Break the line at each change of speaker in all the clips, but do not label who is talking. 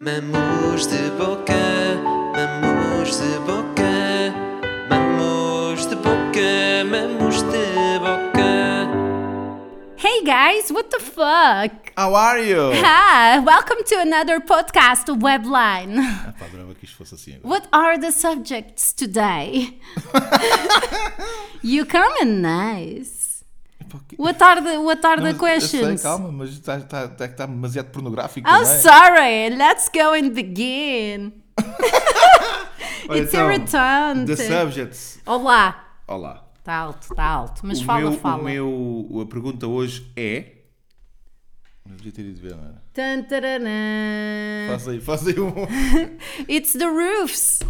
Mamos de boca, mamos de boca, mamos de boca, mamos de boca.
Hey guys, what the fuck?
How are you?
Hi, welcome to another podcast webline.
Ah, pá, adorava que isto fosse assim agora.
What are the subjects today? you coming nice.
Epá, que-
What are the what are
É
the
Não, mas eu sei,
questions?
calma, mas está tá, tá, tá demasiado pornográfico
Oh
também.
sorry, let's go and begin.
Olha,
it's
então,
irritante.
The subjects.
Olá.
Olá.
Tá alto, tá alto, mas
o
fala,
meu,
fala.
O meu, a pergunta hoje é... Eu devia ter ido ver, não era?
Tan, taranã.
Faz aí, faz aí um...
It's the roofs.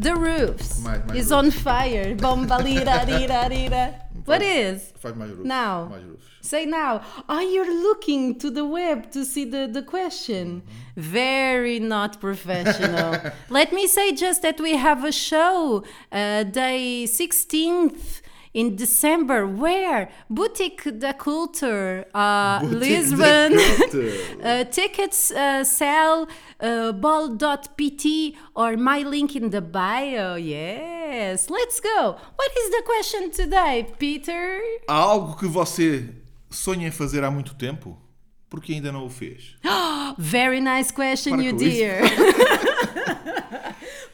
The roofs
Mais- mais
is
roofs.
on fire. Bombalira, What is?
faz mais rufos.
Não.
Mais rufos.
Say now. Are you looking to the web to see the, the question?
Mm-hmm.
Very not professional. Let me say just that we have a show uh, day 16th in December. Where? Boutique da Culture, uh,
Boutique da
Lisbon.
Culture.
Uh, tickets uh, sell uh, ball.pt or my link in the bio. Yes, let's go. What is the question today, Peter?
Há algo que você sonha em fazer há muito tempo, porque ainda não o fez?
Very nice question,
Para
you
com isso.
dear.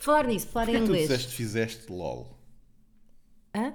falar nisso, falar em
Tu
inglês.
disseste fizeste LOL.
Hã?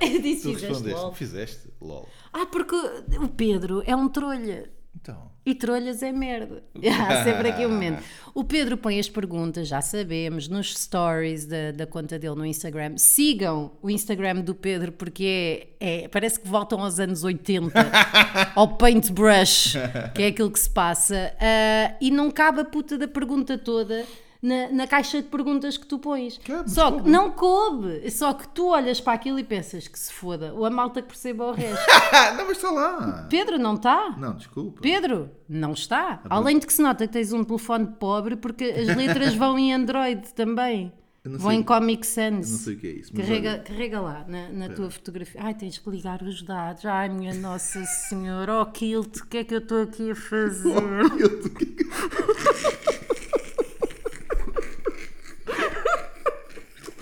Eu disse
Tu
fizeste
respondeste,
logo.
fizeste LOL.
Ah, porque o Pedro é um trolha.
Então...
E trolhas é merda. Há sempre aqui um momento. O Pedro põe as perguntas, já sabemos, nos stories da, da conta dele no Instagram. Sigam o Instagram do Pedro, porque é, é- parece que voltam aos anos 80, ao paintbrush, que é aquilo que se passa. Ah, e não cabe a puta da pergunta toda. Na, na caixa de perguntas que tu pões.
Cabe,
só que
coube.
não coube, só que tu olhas para aquilo e pensas que se foda, ou a malta que perceba o resto.
Ah, não, mas está lá.
Pedro, não tá? está?
Não, desculpa.
Pedro, não está. Além de que se nota que tens um telefone pobre, porque as letras vão em Android também.
Eu não
Vão
sei-
em Comic Sans.
Não sei o que é isso. mas
Carrega,
olha,
carrega lá na, na tua fotografia. Ai, tens que ligar os dados. Ai, minha Nossa Senhora, oh Kilt, o que é que eu estou aqui a fazer?
eu tô- que-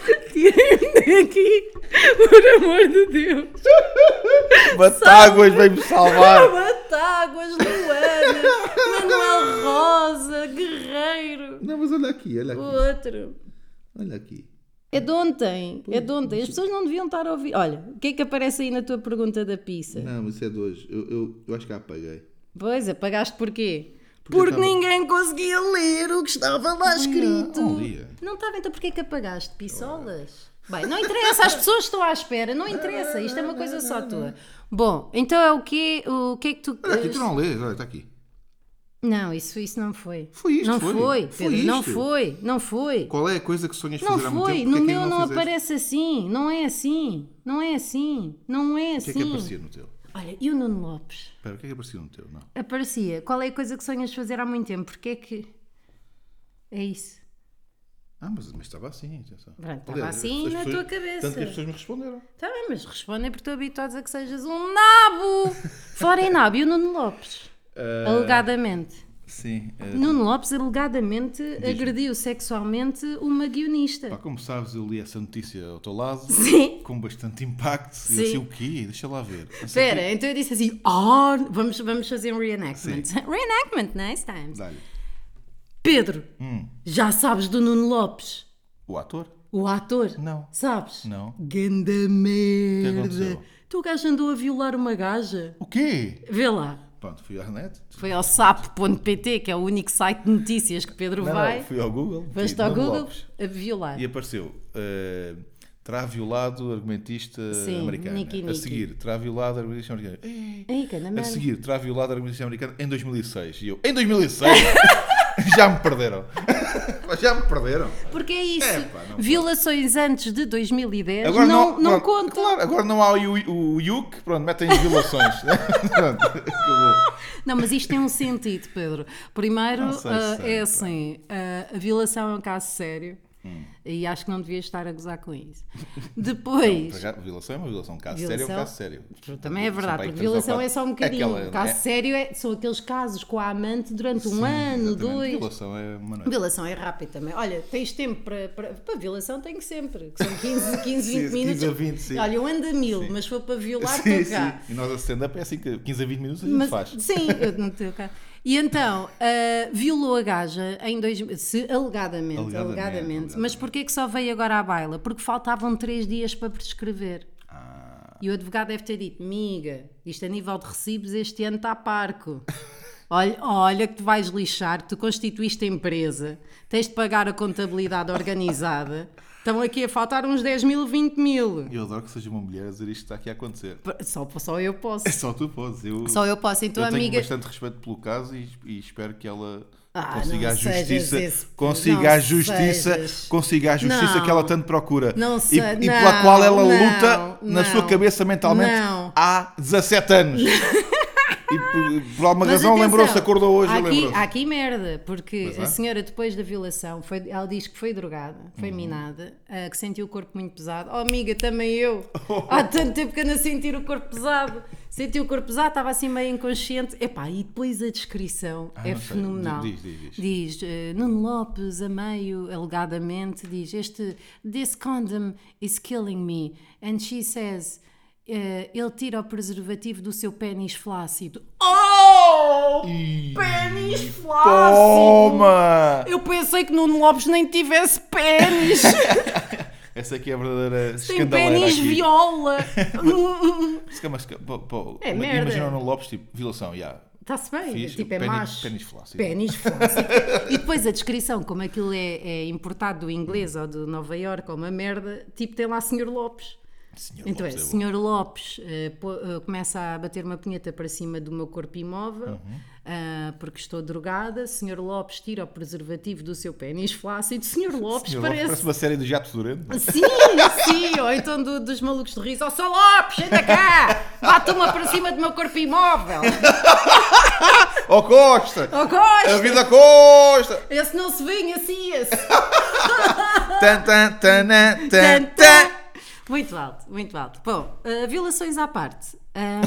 é
Tirem-me daqui, por amor de Deus.
Batáguas vem-me salvar.
Batáguas, Luana, Manuel Rosa, Guerreiro,
Não, mas olha aqui, olha aqui.
outro.
Olha aqui.
É de ontem, é de ontem. As pessoas não deviam estar a ouvir. Olha, o que é que aparece aí na tua pergunta da pizza?
Não, mas isso é de hoje. Eu, eu, eu acho que a apaguei.
Pois, apagaste porquê?
Porque
Porque
estava-
ninguém conseguia ler o que estava lá escrito.
não lia.
Não estava, então porquê que apagaste? Pissolas? Bem, não interessa, as pessoas estão à espera, não interessa, isto é uma coisa só tua. Bom, então é o quê? O que é que tu.
Olha aqui, tu não lês, olha, está aqui.
Não, isso, isso não foi.
Foi isto,
Não
foi.
foi,
Foi
Pedro, não
isto.
foi, não foi.
Qual é a coisa que sonhas
Não
fazer há muito
foi, no
tempo? Porque é que
meu
ainda
não,
fizeste?
aparece assim, não é assim, não é assim, não é
O que
assim.
é que aparecia no teu?
Olha, e o Nuno Lopes?
Espera, o que é que aparecia no teu? Não.
Aparecia. Qual é a coisa que sonhas fazer há muito tempo? Porquê é que. É isso.
Ah, mas, mas estava assim, atenção.
Pronto, estava
Aliás,
assim
as
na
pessoas-
tua cabeça.
Tanto que as pessoas me responderam.
Está Tá bem, mas respondem porque estou habituados a que sejas um nabo! Fora em nabo, e o Nuno Lopes?
Ah,
Alegadamente.
Sim. eh,
Nuno Lopes alegadamente agrediu sexualmente uma
pá,
guionista.
como sabes, eu li essa notícia ao teu lado.
Sim.
Com bastante impacto.
Sim.
E assim, o quê? Deixa lá ver. Não sei o quê.
Espera, então eu disse assim: oh, vamos, vamos fazer um reenactment. reenactment, nice times.
Dá-lhe.
Pedro,
Hum.
já sabes do Nuno Lopes,
O ator?
o ator?
Não.
Sabes?
Não.
Ganda merda.
é aconteceu?
Tu o gajo andou a violar uma gaja.
O quê?
Vê lá.
Pronto, fui à net.
Foi ao sapo.pt, que é o único site de notícias que Pedro
Não,
vai.
não, fui ao Google.
Foste
meti
ao
Nuno
Google
Lopes
a violar.
e apareceu. eh, terá violado argumentista
Sim,
americano.
Nicky
A
Nicky.
seguir, terá violado argumentista americano. Ei,
Ei, ganda
a
merda.
seguir, terá violado argumentista americano em 2006. E eu, em 2006? Já me perderam. Já me perderam.
Porque é isso.
Epá, não pode.
Violações antes de 2010
Agora
É não, não,
pronto,
contam.
Claro, agora não há o, Yu- o Yuk. Pronto, metem violações. Pronto, acabou.
Não, mas isto tem um sentido, Pedro. Primeiro,
Não sei,
ah,
sei,
é
pá.
assim: ah, a violação é um caso sério.
Hum.
E acho que não devia estar a gozar com isso. Depois.
Para já, violação é uma violação. Caso sério é
Violação-
um caso sério.
Também é
São para
verdade,
aí
porque
três ou
violação
quatro.
é só um bocadinho.
Aquela-
caso
é-
sério é, são aqueles casos com a amante durante um
Sim,
ano,
exatamente.
dois.
Violação é uma noite.
Violação é rápido também. Olha, tens tempo para. Para, para violação tenho sempre, que são 15, 15
Sim,
20 minutos.
15 a 20, sim.
Olha, eu ando a mil,
Sim.
mas se for para violar,
Sim,
estou cá.
sim. E nós a stand-up é assim que 15 a 20 minutos a gente
um Mas-
faz.
Sim, eu não tenho cá. E então, ah, violou a gaja em dois. Se, alegadamente,
Alegadamente,
alegadamente, Mas
alegadamente.
porquê que só veio agora à baila? Porque faltavam três dias para prescrever.
Ah.
E o advogado deve ter dito: miga, isto a nível de recibos este ano está parco. Olha, olha que tu vais lixar, tu constituíste a empresa, tens de pagar a contabilidade organizada, estão aqui a faltar uns 10 mil, 20 mil.
Eu adoro que seja uma mulher a dizer isto que está aqui a acontecer.
Só, só eu posso.
É só tu podes. Eu,
Só eu posso, então,
eu tenho
amiga.
bastante respeito pelo caso e, e espero que ela
Ah,
consiga
não
a
sejas
justiça,
esse-
consiga
não
a justiça,
sejas.
consiga a justiça
Não.
que ela tanto procura
Não
e,
se-
e pela
não,
qual ela
não,
luta na
não.
sua cabeça mentalmente
Não.
há 17 anos. e por, por alguma
Mas
razão
atenção,
lembrou-se, acordou hoje
há
e
aqui,
lembrou-se.
há aqui merda, porque
Pois é.
a senhora depois da violação, foi, ela diz que foi drogada, foi
Uhum.
minada, ah, que sentiu o corpo muito pesado. Oh amiga, também eu.
Oh.
Há tanto tempo que ando a sentir o corpo pesado. Senti o corpo pesado, estava assim meio inconsciente. Epá, e depois a descrição
Ah,
é
não sei.
fenomenal.
Diz, diz, diz.
Diz, eh, Nuno Lopes, a meio, alegadamente, diz: Este, this condom is killing me. And she says, eh, ele tira o preservativo do seu pênis flácido. Oh! Pênis flácido!
Toma!
Eu pensei que Nuno Lopes nem tivesse pênis.
Essa aqui é a verdadeira
Tem
escandaleira
pênis
aqui.
viola.
Esca- mas esca- pô, pô,
É
ima-
merda.
Imagina o Nuno Lopes, tipo, violação, já.
Está-se bem,
Fiz,
tipo é
pênis-
macho.
pênis flácido.
Pênis flácido. e depois a descrição, como aquilo é, é importado do inglês ou do Nova Iorque ou uma merda, tipo tem lá Sr. Lopes.
Senhor
Então
Lopes,
é,
é bom.
Sr. Lopes eh, pô- eh, começa a bater uma punheta para cima do meu corpo imóvel
Uhum.
ah, porque estou drogada. Sr. Lopes tira o preservativo do seu pênis flácido. Sr. Lopes
Senhor Lopes,
parece.
parece uma série de Jato Durante.
Sim, sim, ou então do- dos malucos de riso, ó Sr. Lopes, anda cá, bate uma para cima do meu corpo imóvel,
Ó Oh, Costa!
ó gosto.
A vida Costa!
Esse não se vinha, assim, esse.
Tan, tan, tanã, tan,
Tan,
tan.
tan. Muito alto, muito alto. Bom, ah, violações à parte. Ah,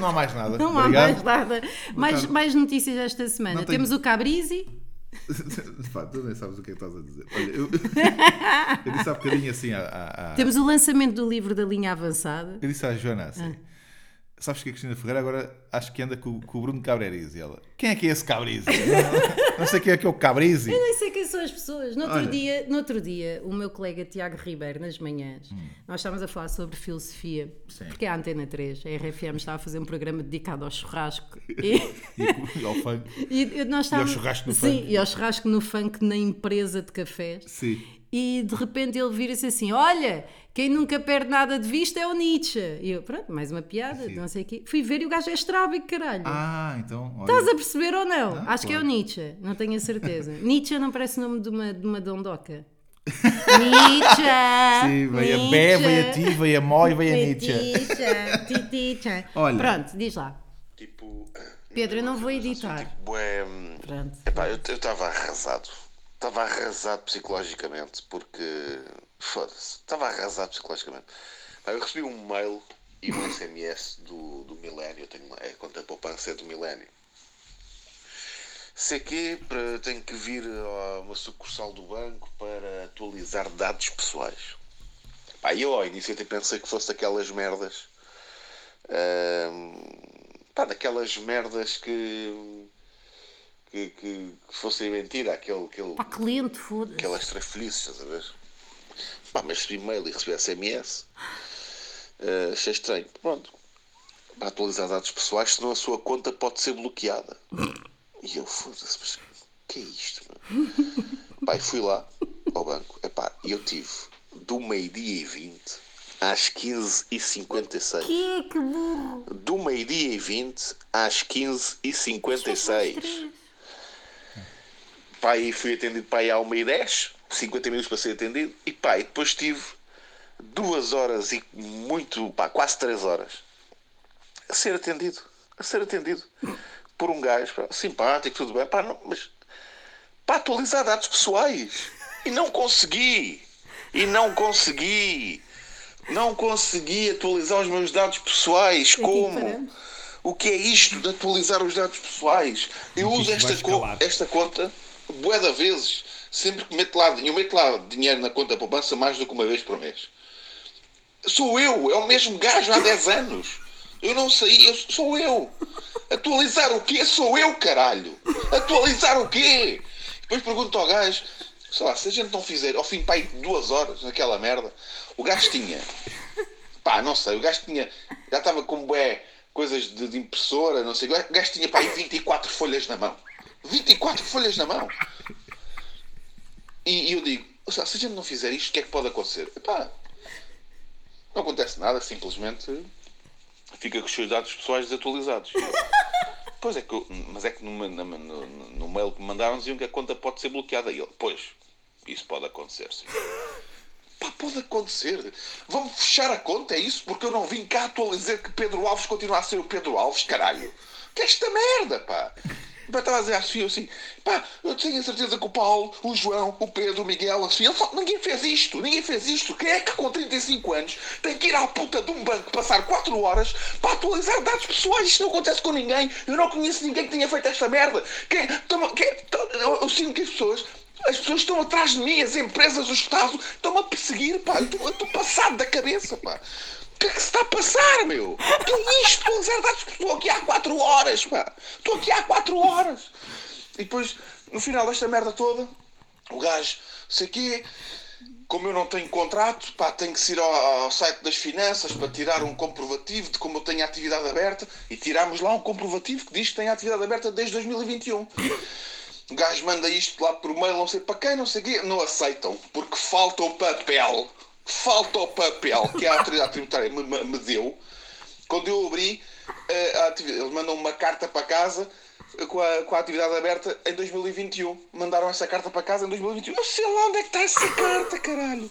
Não há mais nada.
não há mais nada. Mais, mais notícias esta semana.
Não tenho-
Temos o Cabrizi.
De facto, tu nem sabes o que é que estás a dizer. Olha, eu, eu disse há bocadinho assim à, à- à-
Temos o lançamento do livro da linha avançada.
Eu disse à Joana assim.
Ah.
Sabes que a Cristina Ferreira agora acho que anda com, com o Bruno Cabrerizi. Ela, quem é que é esse Cabrerizi? não, não sei quem é que é o Cabrerizi.
Nem sei quem são as pessoas. No outro,
Olha.
dia, no outro dia, o meu colega Tiago Ribeiro, nas manhãs, nós estávamos a falar sobre filosofia.
Hum. Sim.
Porque a Antena 3, a RFM, estava a fazer um programa dedicado ao churrasco. E-
E, ao funk.
E, e nós estávamos-
churrasco no
Sim,
funk.
e ao churrasco no funk na empresa de cafés.
Sim.
E de repente ele vira-se assim: Olha, quem nunca perde nada de vista é o Nietzsche. E eu, pronto, mais uma piada,
Sim.
não sei o quê. Fui ver e o gajo é estrábico, caralho.
Ah, então. olha.
Estás a perceber ou não?
Ah,
Acho que é o
claro.
Nietzsche, não tenho a certeza. Nietzsche não parece o nome de uma, de uma dondoca. Nietzsche!
Sim, veio a Bé,
Nietzsche,
veio a ti, veio a Mó e veio a Nietzsche.
Nietzsche, Nietzsche.
Olha.
Pronto, diz lá.
Tipo.
Pedro, eu não vou
já
editar.
sou, Tipo, bué, hum,
Pronto.
epá, eu estava arrasado. Estava arrasado psicologicamente, porque. Foda-se. Estava arrasado psicologicamente. Pá, Eu recebi um mail e um SMS do, do Milénio. Eu tenho uma, é a conta de poupança é do Milénio. Sei que para- tenho que vir a uma sucursal do banco para atualizar dados pessoais. Pá, eu ao início até pensei que fosse daquelas merdas Ahm, pá, daquelas merdas que, que, que, que fossem mentira, aquele, aquele,
Pá, que lento, foda-se.
aquelas trafelices, estás a ver? Pá, mas recebi e-mail e recebi SMS. Ah, achei estranho. Pronto. Para atualizar dados pessoais, senão a sua conta pode ser bloqueada. E eu, foda-se, mas que é isto, meu? Pai, fui lá ao banco. Epá, e eu tive do meio-dia e 20 às 15h56.
Que, que burro.
Do meio-dia e 20 às
é
15h56. Pai, fui atendido para aí à 1h10, 50 minutos para ser atendido. E pai, depois tive duas horas e muito, pá, quase três horas a ser atendido. A ser atendido por um gajo pá, simpático, tudo bem, pá, não, mas para atualizar dados pessoais. E não consegui. E não consegui. Não consegui atualizar os meus dados pessoais.
que
Como?
paramos.
O que é isto de atualizar os dados pessoais? Eu
Isto
uso
vai
esta, co-
escalar.
esta conta bué de vezes. Sempre que meto lá, eu meto lá dinheiro na conta poupança mais do que uma vez por mês. Sou eu, é o mesmo gajo há 10 anos. Eu não saí, eu, sou eu. Atualizar o quê? Sou eu, caralho. Atualizar o quê? Depois pergunto ao gajo, sei lá, se a gente não fizer, ao fim pai, duas horas naquela merda, o gajo tinha, pá, não sei, o gajo tinha, já estava com bué, coisas de, de impressora, não sei, o gajo- o gajo tinha, pá, aí 24 folhas na mão. 24 folhas na mão. E, e eu digo, "Ouça, se a gente não fizer isto, o que é que pode acontecer? Epá, não acontece nada, simplesmente fica com os seus dados pessoais desatualizados. pois é que, eu- mas é que numa- numa- no, no- no mail que me mandaram diziam que a conta pode ser bloqueada. E ele, pois, isso pode acontecer, sim. Pá, pode acontecer. Vão fechar a conta, é isso? Porque eu não vim cá atualizar que Pedro Alves continua a ser o Pedro Alves, caralho. Que é esta merda, pá. Pá, estava a dizer à Sofia assim, pá, eu tenho a certeza que o Paulo, o João, o Pedro, o Miguel, a Sofia, só- ninguém fez isto, ninguém fez isto. Quem é que com 35 anos tem que ir à puta de um banco passar 4 horas para atualizar dados pessoais? Isto não acontece com ninguém. Eu não conheço ninguém que tenha feito esta merda. Quem, é- toma, quem, to- eu, eu sinto que as pessoas as pessoas estão atrás de mim, as empresas, o Estado, estão a perseguir, pá. Eu estou- eu estou passado da cabeça, pá. O que é que se está a passar, meu? O que é isto? Estou a usar dados pessoais. Estou aqui há 4 horas, pá. Estou aqui há 4 horas. E depois, no final desta merda toda, o gajo, sei quê, como eu não tenho contrato, pá, tenho que ir ao, ao site das finanças para tirar um comprovativo de como eu tenho a atividade aberta e tirámos lá um comprovativo que diz que tem a atividade aberta desde 2021. O Um gajo manda isto lá por mail, não sei para quem, não sei quê, não aceitam, porque falta o papel, falta o papel que a autoridade tributária me, me- me deu. Quando eu abri, eh, a atividade, eles mandam uma carta para casa eh, com a, com a atividade aberta em 2021. Mandaram essa carta para casa em 2021. Mas sei lá onde é que está essa carta, caralho.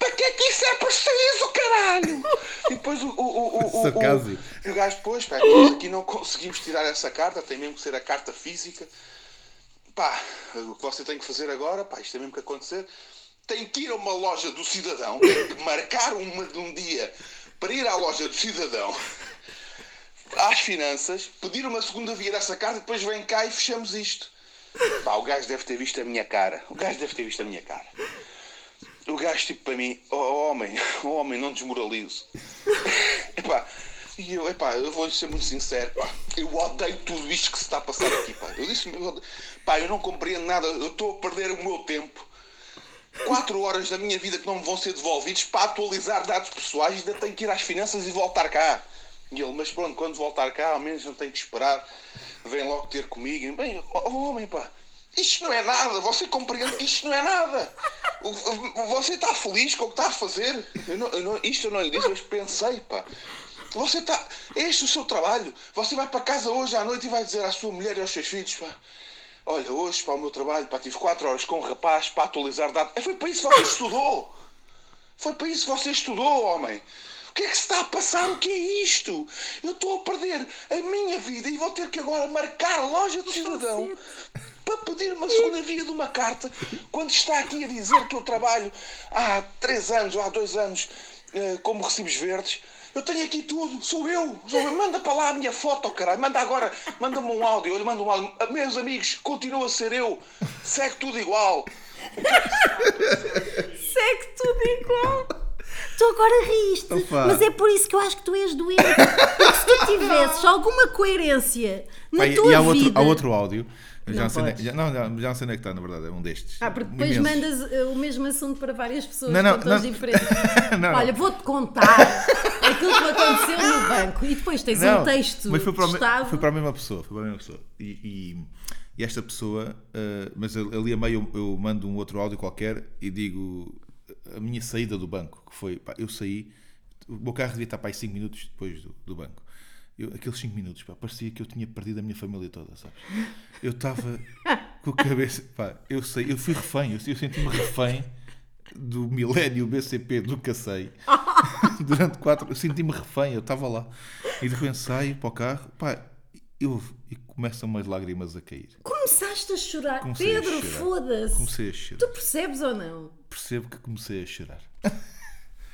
Para que é que isso é preciso, caralho? E depois o, o, o, o, o-
Sarcasmo.
o, o gajo, pois, pá, nós aqui não conseguimos tirar essa carta, tem mesmo que ser a carta física pá, o que você tem que fazer agora, pá, isto é mesmo que acontecer, tem que ir a uma loja do cidadão, tem que marcar uma, um dia para ir à loja do cidadão, às finanças, pedir uma segunda via dessa carta e depois vem cá e fechamos isto. Pá, o gajo deve ter visto a minha cara. O gajo deve ter visto a minha cara. O gajo, tipo, para mim, ó ó, homem, ó homem, não desmoralizo. Epá, e eu, epá, eu vou ser muito sincero, pá. Eu odeio tudo isto que se está a passar aqui, pá. Eu disse, eu odeio- pá, eu não compreendo nada, eu estou a perder o meu tempo. Quatro horas da minha vida que não me vão ser devolvidos para atualizar dados pessoais, ainda tenho que ir às finanças e voltar cá. E ele, mas pronto, quando voltar cá, ao menos não tenho que esperar, vem logo ter comigo. E, Bem, ó, ó, homem, pá, isto não é nada, você compreende que isto não é nada. O- o- Você está feliz com o que está a fazer? Eu não- eu não- isto eu não lhe disse, mas pensei, pá. Você está. Este é o seu trabalho. Você vai para casa hoje à noite e vai dizer à sua mulher e aos seus filhos, pá. Olha, hoje para o meu trabalho, pá, tive 4 horas com um rapaz para atualizar dados. É, Foi para isso que você estudou! Foi para isso que você estudou, homem! O que é que se está a passar? O que é isto? Eu estou a perder a minha vida e vou ter que agora marcar a loja do cidadão para pedir uma segunda via de uma carta quando está aqui a dizer que eu trabalho há 3 anos ou há 2 anos eh, como recibos verdes. Eu tenho aqui tudo, sou eu, sou eu. Manda para lá a minha foto, caralho. Manda agora, manda-me um áudio, eu lhe mando um áudio. Ah, Meus amigos, continua a ser eu, segue tudo igual.
Segue é tudo igual. Tu agora riste,
Opa.
mas é por isso que eu acho que tu és doente. Porque se tu tivesses alguma coerência na
Pá, e-
tua
e há
vida.
outro, há outro áudio. Eu já
Não
não, sei,
podes.
onde- já, não, já, já não sei onde é que está, na verdade, é um destes.
Ah, porque depois
Imensos.
mandas eh, o mesmo assunto para várias pessoas
Não, não,
com tons
não.
diferentes.
Não,
Olha,
não.
vou-te contar aquilo que me aconteceu no banco e depois tens
Não,
um texto
mas foi para, o me-
testado.
foi para a mesma pessoa. Foi para a mesma pessoa. E, e- e esta pessoa, eh, mas ali ali a meio eu, eu mando um outro áudio qualquer e digo a minha saída do banco, que foi, pá, eu saí, o meu carro devia estar para aí 5 minutos depois do, do banco. Eu- aqueles 5 minutos, pá, parecia que eu tinha perdido a minha família toda, sabes? Eu estava com a cabeça, pá, eu saí, eu fui refém, eu, eu senti-me refém do milénio BCP do Cacei durante quatro eu senti-me refém, eu estava lá e de repente saio para o carro pá, eu, e começam-me as lágrimas a cair.
Começaste a chorar.
Comecei a
Pedro,
chorar.
foda-se.
Comecei a chorar.
Tu percebes ou não?
Percebo que comecei a chorar.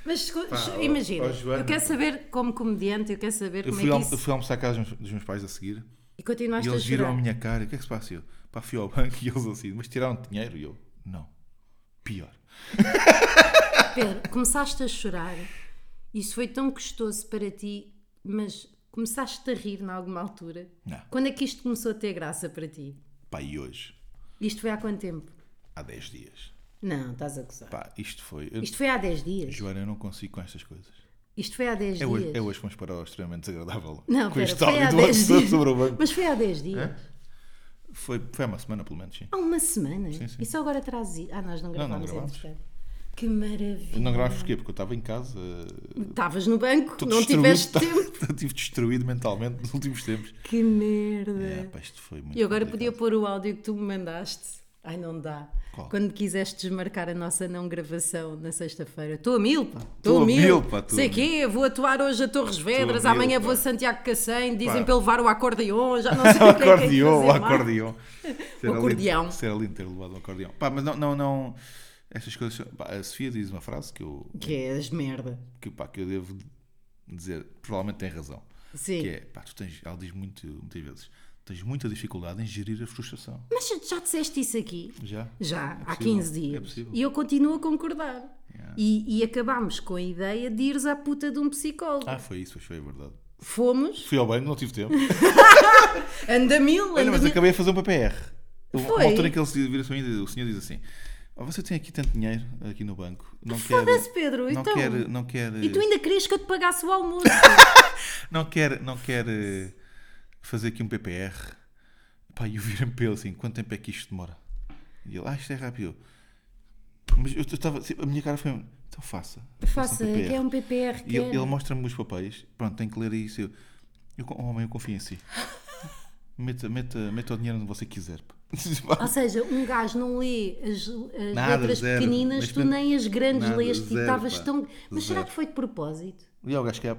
Mas co- cho-
ó-
imagina,
ó, Joana.
eu quero saber, como comediante, eu quero saber
Eu
como
fui,
é
al-
que isso...
eu fui almoçar à casa dos meus- dos meus pais a seguir
E
e
continuaste a
eles viram
chorar.
a minha cara. O que é que se passa? E Eu, pá, fui ao banco e eles assim, mas tiraram dinheiro? E eu, não. Pior.
Pedro, começaste a chorar. Isso foi tão gostoso para ti, mas começaste a rir em alguma altura.
Não.
Quando é que isto começou a ter graça para ti?
Pá, e hoje,
Isto foi há quanto tempo?
há 10 dias.
Não, estás a gozar.
Pá, isto foi. eu-
Isto foi há 10 dias.
Joana, eu não consigo com estas coisas.
Isto foi há 10
É
dias.
hoje, é hoje que vamos parar ao extremamente desagradável.
Não,
com
pera,
este
foi
áudio
há
do
10
WhatsApp
dias.
sobre o banco.
Mas foi há 10 dias.
Foi, foi há uma semana, pelo menos, sim.
Há uma semana.
Sim, sim.
E só agora traz. i- Ah, nós não
não
gravámos
gravámos.
entretanto. Que maravilha.
Não graves porquê? Porque eu estava em casa.
Estavas no banco,
todo
não
destruído,
tiveste
tá-
tempo.
Estive destruído mentalmente nos últimos tempos.
Que merda.
É, pá, isto foi muito.
E agora podia
complicado.
pôr o áudio que tu me mandaste. Ai, não dá.
Qual?
Quando quiseste desmarcar a nossa não gravação na sexta-feira. Estou a mil, pá.
Tô
Estou
a
a
mil,
mil.
pá, tô
Sei
a
quê, vou atuar hoje a Torres Vedras,
mil,
amanhã
pá.
vou a Santiago Cacém, dizem
Pá.
para eu levar o acordeon, já não sei
o
o que é que é que
acordeão, o
fazer mais.
acordeão. Ser ali-
acordeão.
Ser ali ter levado um acordeão. Pá, mas não, não, não. Estas coisas. são- pá, a Sofia diz uma frase que eu,
Que és merda.
que, pá, que eu devo dizer, provavelmente tem razão.
Sim.
Que é, pá, tu tens, ela diz muito, muitas vezes, tens muita dificuldade em gerir a frustração.
Mas já disseste isso aqui?
Já?
Já,
É
há
possível,
15
é
dias.
possível.
e eu continuo a concordar. E, e acabámos com a ideia de ires à puta de um psicólogo.
Ah, foi isso, pois foi é verdade.
Fomos,
Fui ao banho, não tive tempo.
anda mil,
Olha,
anda
mas
mil.
acabei a fazer um PPR. Uma-
Foi?
Uma altura em que ele se vira-se para mim e diz- o senhor diz assim: "Ó, Você tem aqui tanto dinheiro aqui no banco. Não quer.
Foda-se, Pedro,
Não
então.
quer. Não quer.
E tu ainda querias que eu te pagasse o almoço?
Não quer, não quer eh, fazer aqui um PPR. Pá, e eu virei-me para ele assim: Quanto tempo é que isto demora? E ele: Ah, isto é rápido. Mas eu estava. A minha cara foi: Então faça.
Faça,
um PPR."
que é um PPR,
E
que
ele,
é.
ele mostra-me os papéis. Pronto, tem que ler isso. Eu, eu, co- homem, eu confio em si. Meta, meta, meta o dinheiro onde você quiser. pá.
Ou seja, um gajo não lê as, as
Nada,
letras
zero.
pequeninas,
Neste
tu
momento,
nem as grandes
nada,
leste
zero,
e estavas
pá.
tão. Mas será
Zero.
que foi de propósito?
E o gajo que é. Eu,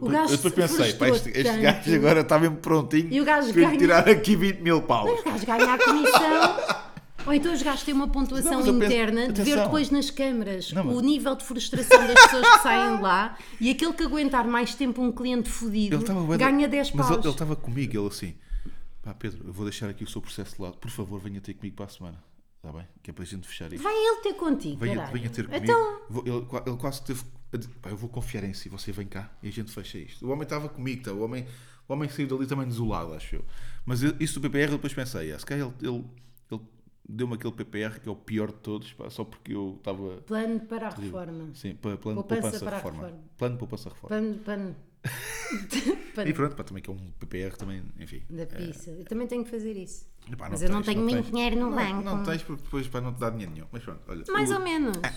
O gajo
eu depois pensei,
frustrou
pá, este, este
tanto.
gajo agora está mesmo prontinho
E o gajo
para eu
ganha-
tirar aqui 20 mil paus.
Os gajos ganham a comissão. Ou então os gajos têm uma
Não,
pontuação
mas eu penso-
interna de ver
atenção.
depois nas câmaras
Não, mas-
o nível de frustração das pessoas que saem lá e aquele que aguentar mais tempo um cliente fodido
Ele estava bué da-
ganha 10
Mas
paus.
ele- ele estava comigo, ele assim: pá, Pedro, eu vou deixar aqui o seu processo de lado. Por favor, venha ter comigo para a semana. Está bem? Que é para a gente fechar isto.
Vai ele ter contigo,
Venha,
caralho.
venha ter comigo.
Então,
Vou- ele, qua- ele quase teve. a dizer, Pá, eu vou confiar em si, você vem cá e a gente fecha isto. O homem estava comigo, tá? o, homem, o homem saiu dali também desolado, acho eu. Mas eu- isso do PPR eu depois pensei, ah, se calhar ele, ele, ele deu-me aquele PPR que é o pior de todos, pá, só porque eu estava.
plano para a reforma.
Sim, pa- plano de
Poupança
poupança,
para a
reforma.
reforma.
Plano de poupança reforma.
Plano, plano.
E pronto, pá, também que é um PPR, também, enfim.
Da pizza. Eu também tenho que fazer isso.
Epá,
Mas eu não
tens,
tenho muito
tens.
dinheiro no
Não-
banco.
Não tens porque depois pá, não te dá dinheiro nenhum. Mas pronto, olha.
Mais
o-
ou menos. Ah.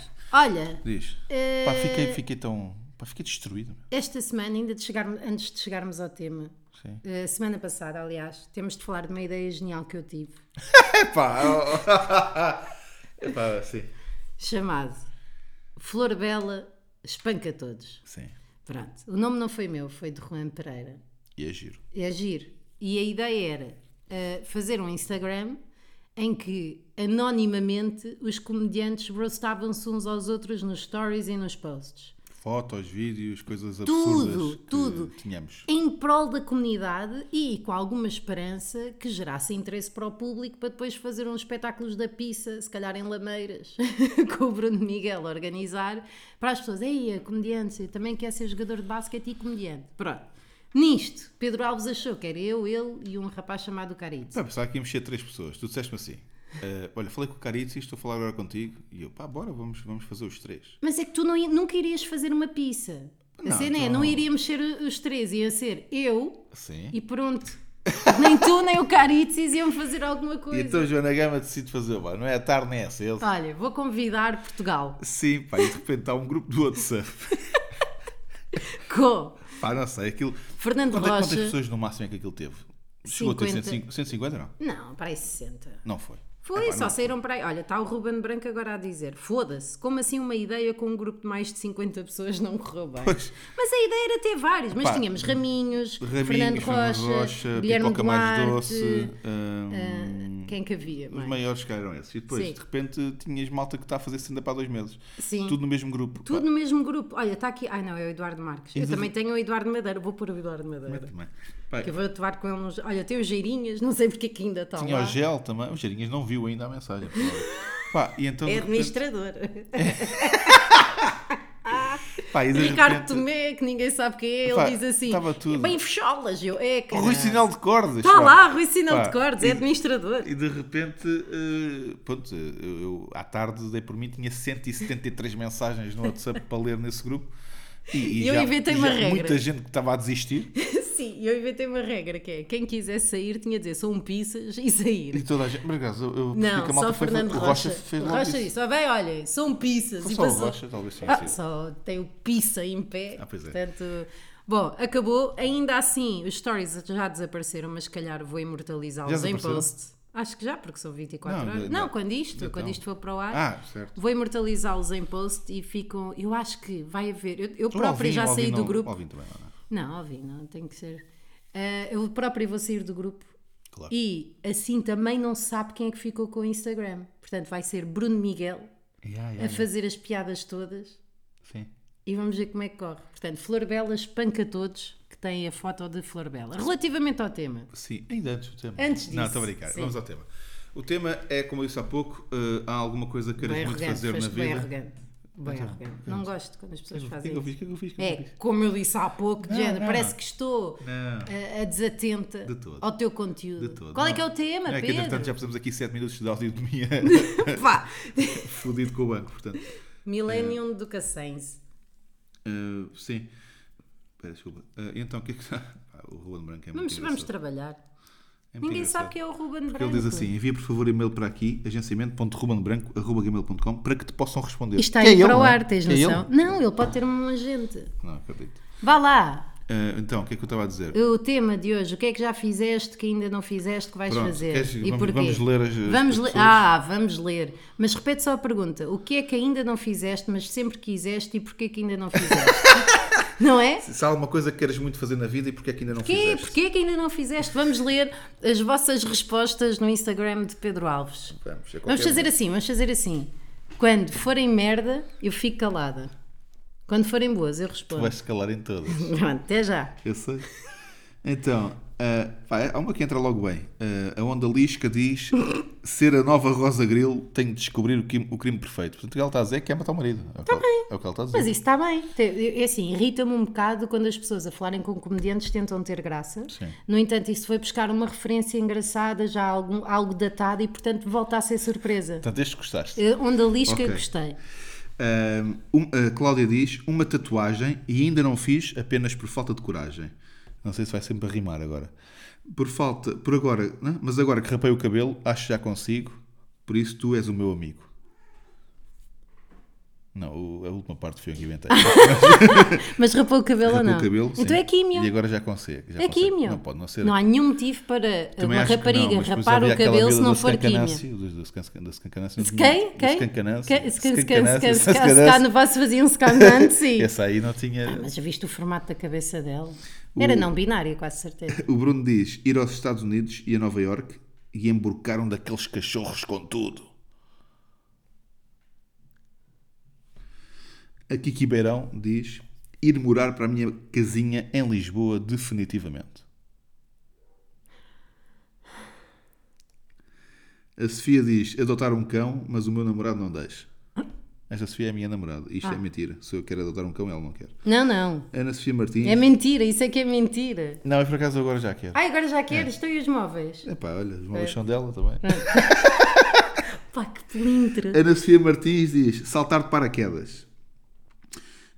Eh, Olha,
Diz. Pá, fiquei, fiquei tão. Pá, fiquei destruído. meu.
esta semana, ainda de chegarmos- antes de chegarmos ao tema,
Sim.
eh, semana passada, aliás, temos de falar de uma ideia genial que eu tive,
Epá, oh. Epá, sim.
chamado Flor Bela Espanca Todos.
Sim.
Pronto, o nome não foi meu, foi de Juan Pereira.
E é giro.
É giro. E a ideia era eh, fazer um Instagram em que anonimamente os comediantes roastavam-se uns aos outros nos stories e nos posts.
Fotos, vídeos, coisas
Tudo,
absurdas. que
tudo.
Tínhamos.
Em prol da comunidade e com alguma esperança que gerasse interesse para o público para depois fazer uns espetáculos da pizza, se calhar em Lameiras, com o Bruno Miguel a organizar, para as pessoas. Ei, é comediante, eu também quer ser jogador de basquete e comediante. Pronto. Nisto, Pedro Alves achou que era eu, ele e um rapaz chamado Carito.
Pá, pensava que íamos ser três pessoas. Tu disseste-me assim. eh, olha, falei com o Carizzi, estou a falar agora contigo. E eu, pá, bora, vamos, vamos fazer os três.
Mas é que tu não i- nunca irias fazer uma pizza. A
Não,
cena é,
então-
não iríamos ser os três, ia ser eu
Sim.
e pronto. nem tu, nem o Caritzis iam fazer alguma
E
coisa.
então Joana Gama decide fazer, pá, não é a tarde nem é a cedo.
Olha, vou convidar Portugal
Sim, pá, e de repente há um grupo do WhatsApp.
com
Pá, não sei, aquilo.
Fernando
Quanto é- quantas
Rocha.
pessoas no máximo é que aquilo teve? Chegou a ter
50.
150, 150 não?
Não, para aí 60.
Não foi.
Foi, só saíram para aí. Olha, está o Ruben Branco agora a dizer: foda-se, como assim uma ideia com um grupo de mais de 50 pessoas não correu bem?
Pois.
Mas a ideia era ter vários, mas
Pá,
tínhamos Raminhos,
Raminhos,
Fernando Rocha, Guilherme
Pipoca
Duarte,
Mais Doce, hum,
ah, quem que havia
os
mais?
maiores que eram esses. E depois,
Sim.
de repente, tinhas malta que está a fazer stand-up há dois meses.
Sim.
Tudo no mesmo grupo.
Tudo
Pá,
no mesmo grupo. Olha, está aqui. Ai não, é o Eduardo Marques. Eu
Exato.
também tenho o Eduardo Madeira, vou pôr o Eduardo Madeira.
também. Pá,
Que eu vou atuar com ele nos. Olha, tem os Geirinhas, não sei porque é que ainda está
tinha
lá.
o gel também. O Geirinhas não viu ainda a mensagem. pá, e então,
É
de repente-
administrador.
pá, e de
Ricardo
repente-
Tomé, que ninguém sabe quem é, ele
Pá,
diz assim.
estava tudo.
"É Bem fecholas, eu. É, cara.
Rui Sinal de Cordas.
Está
pá.
Tá lá, Rui Sinal
Pá,
de Cordes, é
e-
administrador.
E de repente, eh, pronto, eu, eu à tarde dei por mim, tinha 173 mensagens no WhatsApp para ler nesse grupo. E,
Eu inventei uma regra.
Muita gente que estava a desistir.
Sim, eu inventei uma regra que é: quem quisesse sair tinha de dizer sou um pizzas e
E
sair.
toda a gente. Mas, graças, eu, eu percebi que
Não,
a malta
só
foi,
Fernando
o
Rocha.
Rocha fez
o
logo
Rocha
isso.
disse: ó, bem, olha, sou um pizzas.
Foi
e
só o
passou.
Rocha, talvez tenha
Ah,
sido.
só tem o pizza em pé.
Ah, pois é.
Portanto, bom, acabou. Ainda assim, os stories já desapareceram, mas se calhar vou imortalizá-los
Já
em
desapareceram?
post. Acho que já, porque são 24
Não,
horas.
ainda-
não, quando isto,
ainda
quando
estão.
isto for para o ar.
Ah, certo.
Vou imortalizá-los em post e ficam. Eu acho que vai haver. Eu, eu própria
Alvin-
já
Alvin
saí do
não-
grupo.
Alvin também, não, não.
Não, ouvi, não, tem que ser. Ah, eu própria vou sair do grupo.
Claro.
E assim também não se sabe quem é que ficou com o Instagram. Portanto, vai ser Bruno Miguel
Yeah, yeah,
a fazer as piadas todas
Sim.
e vamos ver como é que corre. Portanto, Flor Bela espanca todos que têm a foto de Flor Bela. Relativamente ao tema.
Sim, ainda antes do tema.
Antes disso,
Não, estou a brincar.
sim.
Vamos ao tema. O tema é, como eu disse há pouco, eh, há alguma coisa que queiras
Bem
muito
arrogante,
fazer na
foste bem
vida.
arrogante. Bem arrogante. Não gosto quando as pessoas
O que é
fazem
que eu fiz?
isso.
O que é que eu fiz? O que é que eu
É,
fiz? Ah.
como eu disse há pouco, de
Não,
género,
não.
parece que estou
Não.
a, a desatenta
De todo.
ao teu conteúdo.
De todo.
Qual é
Não.
que é o tema,
Não, é que,
Pedro?
entretanto, já precisamos aqui 7 minutos de audiotomia
Vá!
fodido com o banco, portanto.
Millennium do Cassens.
É Eh, sim. Espera, desculpa. Eh, então, o que é que está? Pá, O Ruben Branco é muito
Vamos, vamos
engraçado.
trabalhar.
É muito
Ninguém
engraçado.
sabe quem é o Ruben
Porque
Branco.
ele diz assim: envia por favor e-mail para aqui, agenciamento.rubenbranco.gmail.com para que te possam responder.
Isto está
Que é
aí
ele,
para o
não é?
ar, tens
Que é
noção?
ele?
Não, ele pode ter um agente.
Não, acredito.
Vá lá!
Eh, então, o que é que eu estava a dizer?
O tema de hoje, o que é que já fizeste que ainda não fizeste que vais
Pronto,
fazer?
queres-
e
vamos-
porquê?
vamos ler as- as
Vamos le-
pessoas?
Ah, vamos ler. Mas repete só a pergunta: o que é que ainda não fizeste, mas sempre quiseste e porquê que ainda não fizeste? não é?
Se há alguma coisa que queiras muito fazer na vida e porque é que ainda não
Porquê?
fizeste?
Porquê que ainda não fizeste? Vamos ler as vossas respostas no Instagram de Pedro Alves.
Vamos, é qualquer
Vamos fazer
uma.
assim, vamos fazer assim. Quando forem merda, eu fico calada. Quando forem boas, eu
Tu
respondo.
vais-se calar em todas.
Pronto, até já.
Eu sei. Então, ah, pá, há uma que entra logo bem. Ah, a Onda Lisca diz: ser a nova Rosa Grilo, tenho de descobrir o, crime- o crime perfeito. Portanto, o que ela está a dizer é que quer matar o marido. É o que, ela, é o que ela está a dizer.
Mas isso está bem. Te- É assim, irrita-me um bocado quando as pessoas a falarem com comediantes tentam ter graça.
Sim.
No entanto, isso foi buscar uma referência engraçada, já algum, algo datado e, portanto, volta a ser surpresa.
Portanto, este gostaste.
Eh, Onda lisca,
Tá. Ok.
gostei.
Ah, um- a Cláudia diz: uma tatuagem e ainda não fiz apenas por falta de coragem. Não sei se vai sempre a rimar agora. Por falta, por agora, né? mas agora que rapei o cabelo, acho que já consigo. Por isso, tu és o meu amigo. Não, o- a última parte foi eu que inventei.
Mas rapou o cabelo ou
Rapou
não?
o cabelo,
então
sim.
é químio.
E agora já consegue. Já
É
consegue.
químio.
Não pode não ser.
Não há nenhum motivo para eh,
Também
uma
acho que
rapariga
não, mas depois
rapar
havia
o
aquela
cabelo se
vila
não
do
for químio.
Scancanassi, dos- do Scan- do Scancanassi, não tinha-
Quem?
do
Quem?
Scancanassi,
Quem? Se- se- se-
Scancanassi,
se- se- se-
Scancanassi.
se- no vosso fazia um scanante.
Essa aí não tinha.
Mas já viste o formato da cabeça dela? Era não binário, quase certeza.
O Bruno diz ir aos Estados Unidos e a Nova York e emborcar um daqueles cachorros com tudo. A Kiki Beirão diz ir morar para a minha casinha em Lisboa definitivamente. A Sofia diz adotar um cão, mas o meu namorado não deixa. Esta Sofia é a minha namorada. Isto é mentira. Se eu quero adotar um cão, ela não quer.
Não, não.
Ana Sofia Martins.
É mentira, isso é que é mentira.
Não, é por acaso eu agora já quero.
Ah, agora já queres? Estão e os móveis?
Epá, olha, os
É.
móveis são dela também.
Pá, que pelintra.
Ana Sofia Martins diz saltar de paraquedas.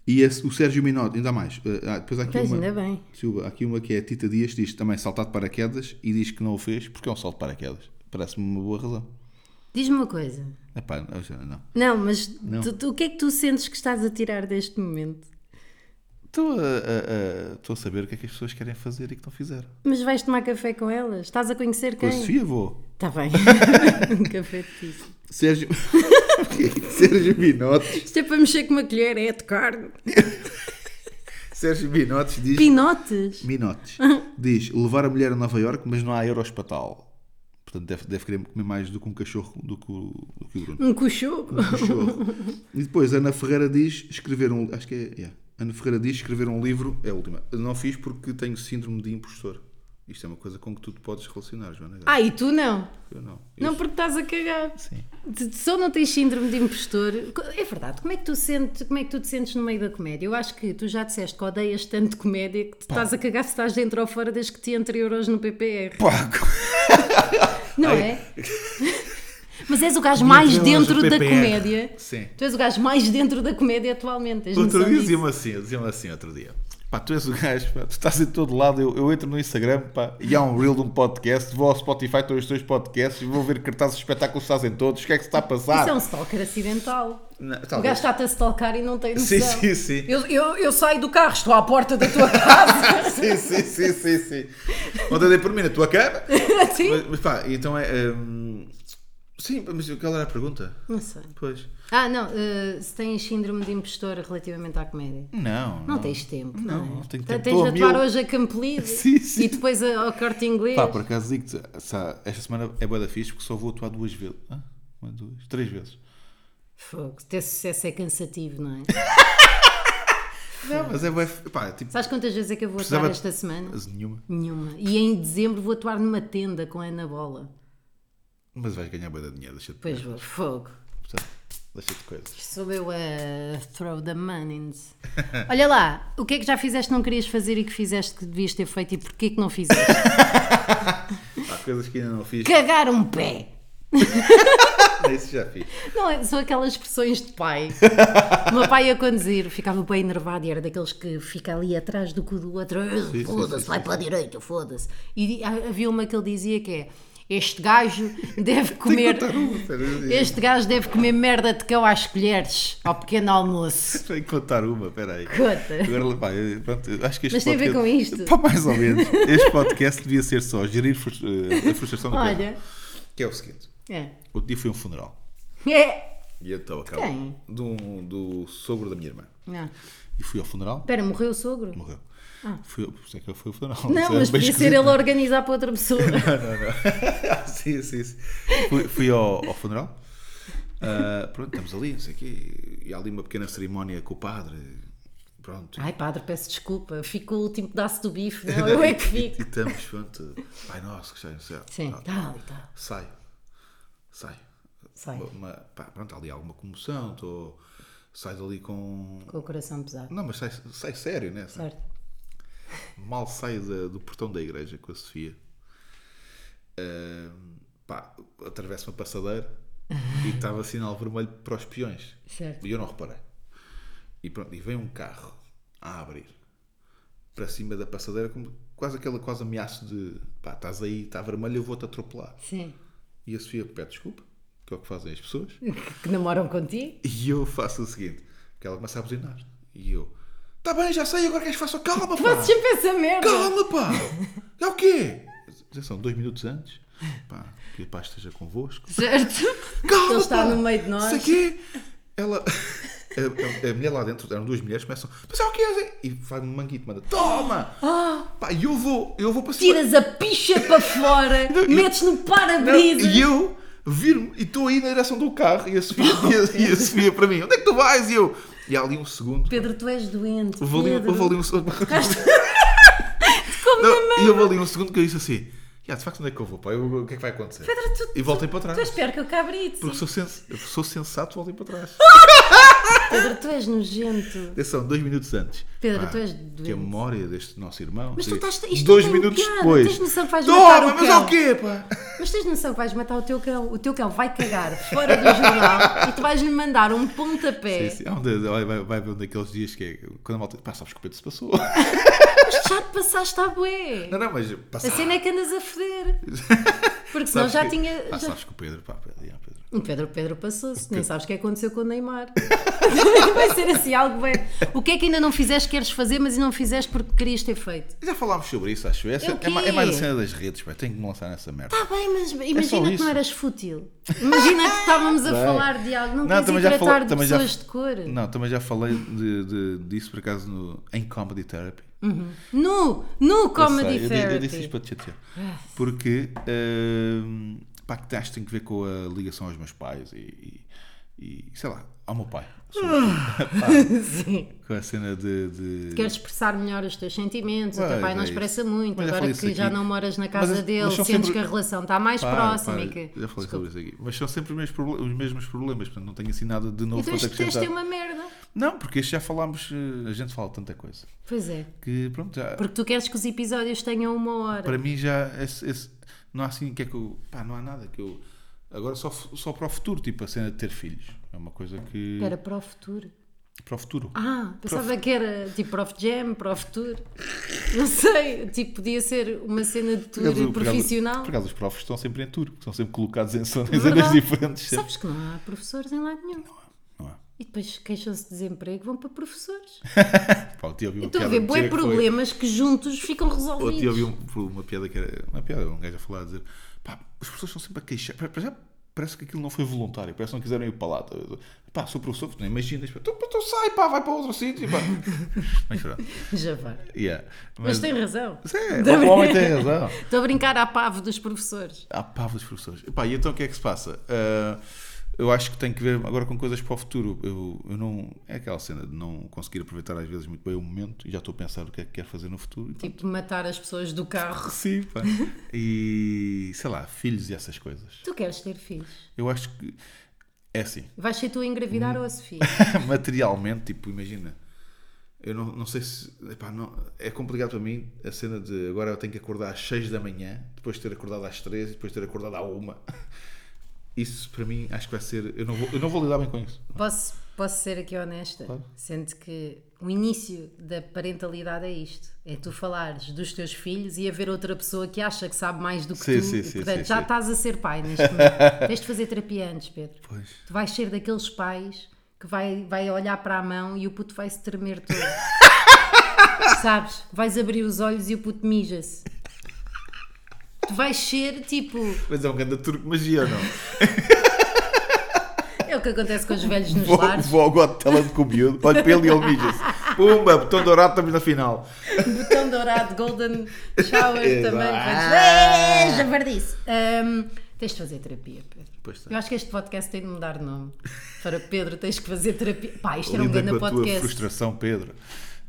E esse- o Sérgio Minotti, ainda mais. Ah, ah, depois há aqui
Pois,
uma,
ainda bem.
Silva, há aqui uma que é a Tita Dias, diz também saltar de paraquedas e diz que não o fez porque é um salto de paraquedas. Parece-me uma boa razão.
Diz-me uma coisa.
Epá, não, já não.
Não, mas tu- tu- o que é que tu sentes que estás a tirar deste momento?
Estou a, a- a- estou a saber o que é que as pessoas querem fazer e que não fizeram.
Mas vais tomar café com elas? Estás a conhecer
Com a
quem?
Sofia vou.
Está bem. um café de piso.
Sérgio. O quê? Sérgio Binotes.
Isto é para mexer com uma colher, é de carne.
Sérgio Binotes diz.
Pinotes?
Minotes. Diz levar a mulher a Nova York, mas não há euros para tal. Portanto, deve, deve querer comer mais do que um cachorro do que o, do que o Bruno.
Um cochorro?
Cachorro. e depois Ana Ferreira diz escrever um. Acho que é. yeah. Ana Ferreira diz escrever um livro. É a última. Não fiz porque tenho síndrome de impostor. Isto é uma coisa com que tu te podes relacionar, Joana.
Ah, e tu não?
Eu não.
Não
Eu-
porque estás a cagar.
Sim.
De- Só não tens síndrome de impostor. Co- É verdade, como é, que tu sente, como é que tu te sentes no meio da comédia? Eu acho que tu já disseste que odeias tanto comédia que te estás a cagar se estás dentro ou fora desde que te entre euros no PPR.
Pá,
Não é? Mas és o gajo mais
euros
dentro
no
da
PPR.
comédia.
Sim.
Tu és o gajo mais dentro da comédia atualmente. Tens noção
Outro dia
disso?
diziam-me assim, diziam assim outro dia. Pá, tu és o gajo, pá, tu estás em todo lado, eu, eu entro no Instagram pá, e há um reel de um podcast, vou ao Spotify, estou os teus podcasts, vou ver cartazes de espetáculos que fazem todos, o que é que se está a passar?
Isso é um stalker acidental.
Não,
O
talvez.
gajo está-te a stalkar e não tem noção.
Sim, sim, sim.
Eu, eu, eu saio do carro, estou à porta da tua casa.
sim, sim, sim, sim, sim. Ontem dei por mim na tua cara.
Sim.
Mas, mas pá, então é. hum, sim, mas qual era a pergunta?
Não sei.
Pois.
Ah, não, eh, se tens síndrome de impostor relativamente à comédia.
Não.
Não tens tempo.
Não,
é?
não tenho
Tá-
tempo.
Tens
Tô
de
a mil.
atuar hoje a Campolide
Sim, sim.
e depois a- ao corte inglês.
Pá, por acaso digo-te, sa- esta semana é boa da fixe porque só vou atuar duas vezes. Hã? Uma, duas, três vezes.
Fogo, ter sucesso é cansativo, não é?
Não, mas é boa. Pá, tipo,
Sabes quantas vezes é que eu vou
Precisava
atuar
de-
esta semana?
mas nenhuma.
Nenhuma. E em dezembro vou atuar numa tenda com a Ana Bola.
Mas vais ganhar boa da dinheiro, deixa-te
Pois
coisas.
vou, fogo.
Portanto, deixa-te coisas.
Sou eu a throw the money. Olha lá, o que é que já fizeste que não querias fazer e que fizeste que devias ter feito e porquê que não fizeste?
Há coisas que ainda não fiz,
Cagar um pé!
isso já fiz.
Não, é- são aquelas expressões de pai. O meu pai a conduzir ficava bem enervado e era daqueles que fica ali atrás do cu do outro.
sim,
Foda-se,
sim,
vai para a direita, foda-se. E di- há- havia uma que ele dizia que é: Este gajo deve comer.
contar uma, peraí.
Este gajo deve comer merda de cão às colheres ao pequeno almoço.
Tenho que contar uma, peraí.
Conta.
Agora, pá, eu- pronto, eu acho que este
Mas tem a ver
podcast-
com isto?
Pá, mais ou menos. Este podcast devia ser só gerir frus- eh, a frustração do Pedro.
Olha.
Que é o seguinte:
É.
outro dia foi um funeral.
É.
E então acabou.
Quem?
Do, do sogro da minha irmã.
Não.
E fui ao funeral,
Espera, morreu o sogro?
morreu. Fui, ao- por isso um é que foi o funeral.
Ah. Não, mas podia ser ele a organizar para outra pessoa.
Ah, sim, sim, sim. Fui, fui ao, ao funeral. Ah, pronto, estamos ali, não sei o quê. E há ali uma pequena cerimónia com o padre. Pronto.
Ai, padre, peço desculpa. Fico o último pedaço do bife, não? Eu é que
E, e
fico.
estamos, pronto. Pai nosso, que está no céu.
Sim,
Pronto.
tá ali, tá.
Sai. Sai.
Sai.
Uma, pá, pronto, há ali alguma comoção. Tô, sai dali com.
Com o coração pesado.
Não, mas sai, sai sério, né? Sai-
Certo.
Mal saio da- do portão da igreja com a Sofia. Ahm, pá, atravesso uma passadeira e estava sinal vermelho para os peões.
Certo.
E eu não reparei. E pronto, e vem um carro a abrir para cima da passadeira, como quase aquele quase ameaço de pá, estás aí, está vermelho, eu vou-te atropelar.
Sim.
E a Sofia pede desculpa, que é o que fazem as pessoas.
Que namoram contigo?
E eu faço o seguinte: que ela começa a buzinar. E eu, tá bem, já sei, agora queres que faça o calma, pá!
Fazes sempre essa merda!
Calma, pá! É o quê? Já são dois minutos antes. Pá, que a paz esteja convosco.
Certo?
Calma,
Ele está
pá!
no meio de nós.
Isso aqui. Ela. É, A, a- a mulher lá dentro, eram duas mulheres, começam, mas é o quê? E faz um manguito, manda, toma!
Ah.
Pá, e eu vou, eu vou para cima.
Tiras a picha para fora, metes no
Não,
para-brisa.
e eu viro-me e estou aí na direção do carro e a Sofia, e a- e a Sofia para mim, onde é que tu vais? E eu, e há ali um segundo,
Pedro, tu és doente.
houve ali,
Pedro.
houve ali um segundo.
Como
Não, E houve ali um segundo que eu disse assim, "Ya, de facto onde é que eu vou, pá? Eu- o que é que vai acontecer?
Pedro, tu-
e voltei para
Tu és
trás.
pior que o cabrito.
Porque sou, sens- eu sou sensato, voltei para trás.
Pedro, tu és nojento.
Atenção, dois minutos antes.
Pedro, tu és
Que
doente.
a memória deste nosso irmão.
Mas tu
sim.
estás- isto
dois
não tem
minutos
piada,
depois.
tens noção que vais matar
Toma,
o
mas
cão.
ao quê, pá?
Mas tens noção que vais matar o teu cão. O teu cão vai cagar fora do jornal e tu vais lhe mandar um pontapé.
Sim, sim. Há um de- vai, vai, vai haver um daqueles dias que é quando a malta. Pá, sabes que o Pedro se passou.
Mas já te passaste à bué.
Não, não, mas
A
passar.
cena é que andas a foder. Porque senão
Sabes
já
que-
tinha.
Ah,
já-
sabes que o Pedro, pá, Pedro, já, Pedro.
O Pedro, Pedro passou-se, nem sabes o que aconteceu com o Neymar. Vai ser assim algo bem. O que é que ainda não fizeste que queres fazer, mas não fizeste porque querias ter feito.
Já falámos sobre isso, acho eu. Essa
É o
é, ma-
quê? Tá
é mais a cena das redes, pá. Tenho que me lançar nessa merda.
Está bem, mas
É só
imagina que
isso.
não eras fútil. Imagina que estávamos a
Bem.
falar de algo, não,
Não,
queres
também
ir
já
tratar
falou-
de
também já-
pessoas de cor.
Não, também já falei de, de- disso por acaso no, em Comedy Therapy.
Nu, nu
Eu
comedy
sei, eu, di-
therapy.
eu disse isto para te chatear. Porque hum, pá, que acho que tem que ver com a ligação aos meus pais e, e- e, sei lá, ao meu pai.
Hum.
sobretudo. Pá, com a cena de. de-
Queres expressar melhor os teus sentimentos, o teu
Pois,
pai não
é
expressa
isso.
muito,
Mas já
agora
falei
que
isso aqui.
já não moras na casa
Mas-
dele,
mas são
sentes
sempre-
que a relação está mais
Pá,
próxima
pá,
e que.
Já falei sobre isso aqui. Mas são sempre os mesmos, proble- os mesmos problemas, portanto não tenho assim nada de novo
Então
para te
este texto
acrescentar.
é uma merda.
Não, porque este já falámos, eh, a gente fala tanta coisa.
Pois é.
Que pronto, já,
Porque tu queres que os episódios tenham uma hora.
para mim já esse- esse- não há assim que é que eu, pá, não há nada que eu agora só, f- só para o futuro, tipo a cena de ter filhos. É uma coisa que
Era para o futuro.
para o futuro.
Ah, pensava que era tipo Prof Jam, Prof Tour. Não sei, tipo, podia ser uma cena de
Por
tour
acaso- por acaso-
profissional.
Por acaso os profs estão sempre em tour, porque são sempre colocados em zonas, em
É
zonas
verdade.
diferentes. sempre.
Sabes que não há professores em lado nenhum.
Não é?
E depois queixam-se de desemprego, vão para professores.
Pá, o tio ouviu uma
Estou a ver
piada que
Então, bué
foi-
problemas que juntos ficam
O tio ouviu
resolvidos.
um- uma piada que era uma piada, um gajo a falar a dizer pá, as pessoas estão sempre a queixar. Para para já parece que aquilo não foi voluntário, parece que não quiseram ir para lá. Pá, sou professor, tu não imaginas. pá, Então, então sai, pá, vai para outro sítio. Pá. Mas pronto.
Já vai.
Yeah.
Mas tem razão.
Sim, o homem tem razão. Ah,
Estou a brincar à pavo dos professores.
Há pavos professores. Epá, e então o que é que se passa? Ah, eu acho que tem que ver agora com coisas para o futuro. Eu, eu não, é aquela cena de não conseguir aproveitar às vezes muito bem o momento e já estou a pensar o que é que quero fazer no futuro. Então,
Tipo, matar as pessoas do carro.
Sim, pá. E sei lá, filhos e essas coisas.
Tu queres ter filhos?
Eu acho que é assim.
Vais ser tu a engravidar
Hum.
ou a Sofia?
materialmente, tipo, imagina. Eu não, não sei se. epá, não- é complicado para mim a cena de agora eu tenho que acordar às 6 da manhã, depois de ter acordado às 3 e depois de ter acordado à 1. Isso para mim acho que vai ser. Eu não vou, eu não vou lidar bem com isso.
Posso, posso ser aqui honesta? Sendo que o início da parentalidade é isto: é tu falares dos teus filhos e haver outra pessoa que acha que sabe mais do que
Sim,
tu.
sim,
e,
sim,
portanto,
sim,
já
sim.
estás a ser pai neste momento. Tens de fazer terapia antes, Pedro.
Pois.
Tu vais ser daqueles pais que vai, vai olhar para a mão e o puto vai se tremer todo. Sabes? Vais abrir os olhos e o puto mija-se. Tu vais ser tipo.
Mas é um grande turco magia, não?
É o que acontece com os velhos nos
Vou,
lares.
vou ao gote telando com o miúdo, olho para ele e ele mija-se. Pumba, botão dourado, estamos na final.
Botão dourado, golden shower
Exato.
também. Ah. Javardice. Ahm, tens de fazer terapia, Pedro.
Pois tem.
Eu acho que este podcast tem de mudar de nome. Para Pedro, tens que fazer terapia. Pá, isto era um
Lida
grande
com a tua
podcast. Isto
frustração, Pedro.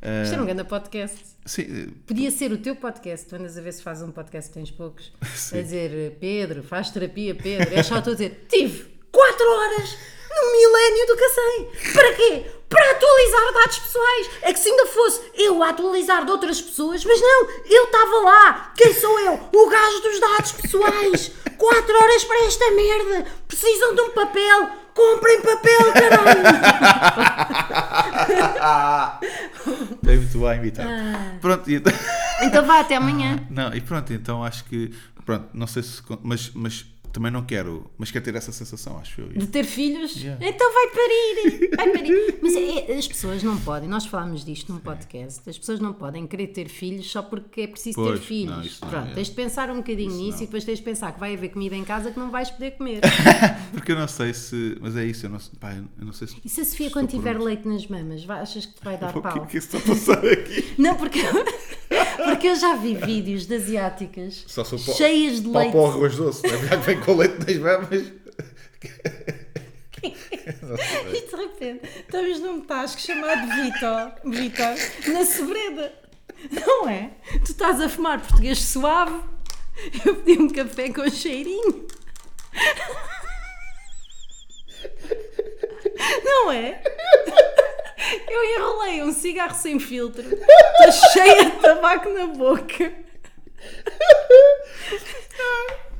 Ah,
era um grande podcast.
sim, eh,
Podia ser o teu podcast. Tu andas a ver se fazes um podcast, tens poucos.
Sim.
A dizer, Pedro, faz terapia, Pedro. É só tu a dizer, tive 4 horas no milénio do Cacém. Para quê? Para atualizar dados pessoais. É que se ainda fosse eu a atualizar de outras pessoas, mas não, eu estava lá. Quem sou eu? O gajo dos dados pessoais. 4 horas para esta merda. Precisam de um papel. Comprem papel, caralho.
tem muito bem imitar.
Ah.
Pronto, e então.
Então vá, até amanhã.
Não, e pronto, então acho que. Pronto, não sei se. con- Mas, mas também não quero. Mas quero ter essa sensação, acho eu.
de ter filhos,
Yeah.
então vai parir, vai parir. Mas é- é- as pessoas não podem, nós falámos disto num
É.
podcast, as pessoas não podem querer ter filhos só porque é preciso
Pois,
ter
não,
filhos.
isso não,
Pronto,
é.
tens de pensar um bocadinho nisso e depois tens de pensar que vai haver comida em casa que não vais poder comer.
Porque eu não sei se. Mas é isso, eu não, se- pá, eu não sei se.
E se a Sofia,
Estou
quando tiver
pronto.
leite nas mamas, vai- achas que te vai dar
O que é
pau?
que isso está a passar aqui?
Não, porque, porque eu já vi vídeos de asiáticas
Só sou pau-
cheias de
Pau
leite.
para o arroz doce, não é? Já que vem com leite nas mamas.
E de repente estamos num tasco chamado Vitor, Vitor, na Sobreda. Não é? Tu estás a fumar português suave. Eu pedi um café com cheirinho. Não é? Eu enrolei um cigarro sem filtro. Estou cheia de tabaco na boca.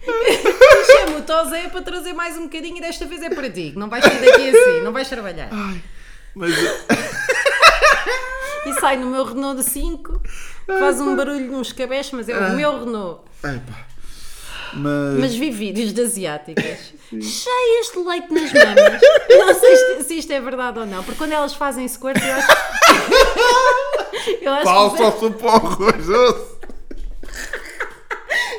Eu Chamo-te ao Zé para trazer mais um bocadinho e desta vez é para ti. que Não vais sair daqui assim, não vais trabalhar.
Mas.
E sai no meu Renault de 5, faz um barulho nos cabeços, mas é o meu Renault.
Ai, pá. Mas.
Mas vi vídeos de asiáticas cheias de leite nas mamas. Não sei se, se isto é verdade ou não, porque quando elas fazem squirt, eu acho. Eu acho
Pau
que
só se for arrojoso.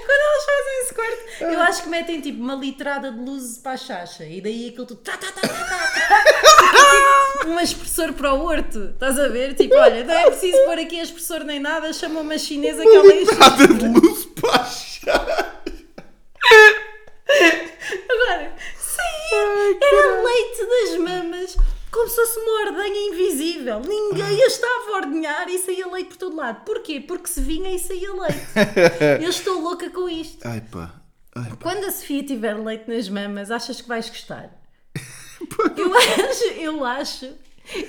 quando elas fazem esse corte, eu acho que metem tipo uma litrada de luzes para a chacha e daí aquilo tudo. Tá, tá, tá, tá, tá, tá. Fica, tipo, um expressor para o horto, estás a ver? Tipo, olha, não é preciso pôr aqui expressor nem nada, chama uma chinesa que ela enche.
Nada de luz para achar.
Agora, saía, era leite das mamas, como se fosse uma ordenha invisível. Ninguém a estava a ordenhar e saía leite por todo lado. Porquê? Porque se vinha e saía leite. Eu estou louca com isto.
Ai pá. Ai, pá.
Quando a Sofia tiver leite nas mamas, achas que vais gostar? Eu acho, eu acho,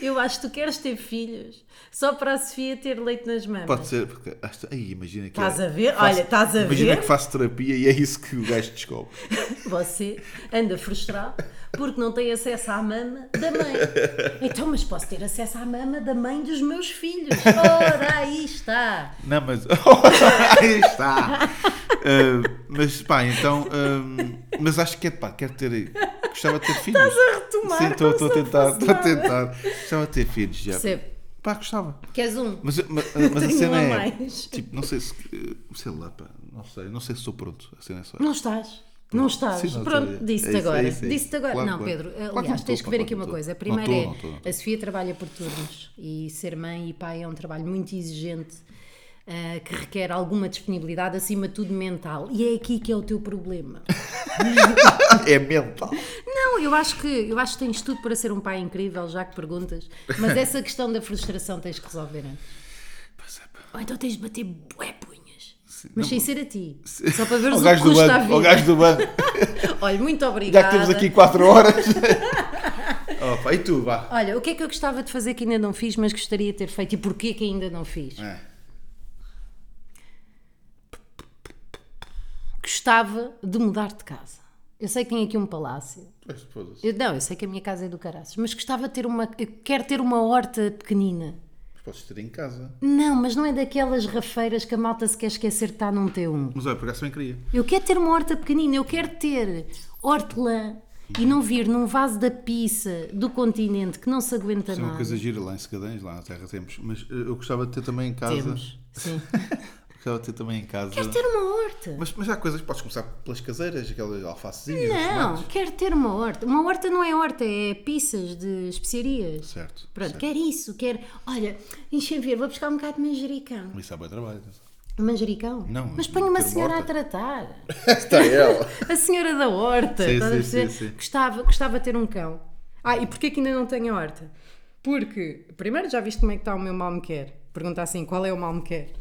eu acho que tu queres ter filhos só para a Sofia ter leite nas mamas.
Pode ser, porque acho- ai, imagina que
Estás
é.
a ver?
Faço-
Olha, estás a
Imagina
ver?
que faço terapia e é isso que o gajo descobre.
Você anda frustrado porque não tem acesso à mama da mãe. Então, mas posso ter acesso à mama da mãe dos meus filhos. Ora, aí está.
Não, mas. Aí está! Ah, mas pá, então. ah, mas acho que é pá, quero ter. Gostava de ter filhos. Estás a
retomar
Sim,
como
estou estou a
se não
tentar,
fosse
estou a
nada.
tentar. Gostava de ter filhos já.
Percebo.
Pá, gostava.
Queres um?
Mas, eh, mas, mas a
Tenho
cena
uma
é.
mais.
Tipo, não sei se. ah, Sei lá, pá, não sei. Não sei se estou pronto. A cena é só.
Não estás. Não estás.
Sim, não,
Pronto,
estou a ver.
disse-te
É isso,
agora.
é isso, é
disse-te
isso.
agora.
Claro,
não,
claro.
Pedro,
Claro que
aliás,
não
tens que
estou,
ver
claro
aqui
que
uma
não
coisa. A
estou. Não
primeira
estou, não estou,
é
não
a Sofia trabalha por turnos e ser mãe e pai é um trabalho muito exigente. ah, que requer alguma disponibilidade, acima de tudo mental. E é aqui que é o teu problema.
É mental.
Não, eu acho que eu acho que tens tudo para ser um pai incrível, já que perguntas, mas essa questão da frustração tens que resolver antes.
Pois é, pá.
Ou então tens de bater bué punhas.
não,
Mas sem ser a ti. Só para veres o
Ao
que
gajo do
custa a
banco. Ao gajo
vida.
do banco.
Olha, muito
Já
obrigada.
que temos aqui 4 horas. oh, pá, e tu, vá.
Olha, o que é que eu gostava de fazer que ainda não fiz, mas gostaria de ter feito e porquê que ainda não fiz?
É.
Gostava de mudar de casa. Eu sei que tem aqui um palácio.
Pois, foda-se.
Eu, não, eu sei que a minha casa é do caraças, mas gostava de ter uma. Eu quero ter uma horta pequenina.
Mas Podes ter em casa.
Não, mas não é daquelas rafeiras que a malta se quer esquecer que está num T1.
Mas olha, por acaso bem queria.
Eu quero ter uma horta pequenina, eu quero ter hortelã e não vir num vaso da pizza do continente que não é? se aguenta
Tem é uma
nada.
coisa gira lá em Segadães, lá na Terra temos. Mas eh, eu gostava de ter também em casa.
Temos, sim.
Gostava de ter também em casa.
quero ter uma horta.
Mas, mas há coisas que podes começar pelas caseiras, aquelas alfacezinhas. os
Não,
tomates.
quero ter uma horta. Uma horta não é horta, é pizzas de especiarias.
Certo.
Pronto,
certo.
quero isso, quero. Olha, enche ver, vou buscar um bocado de manjericão.
Isso há bem trabalho.
Manjericão?
Não,
Mas põe uma
ter uma
senhora a
horta.
tratar.
Está ela.
A senhora da horta,
Sim,
estás a
sim,
perceber?
sim, sim.
Gostava, gostava de ter um cão. Ah, e porquê que ainda não tenho horta? Porque, primeiro, já viste como é que está o meu mal quer? Pergunta assim, qual é o mal quer?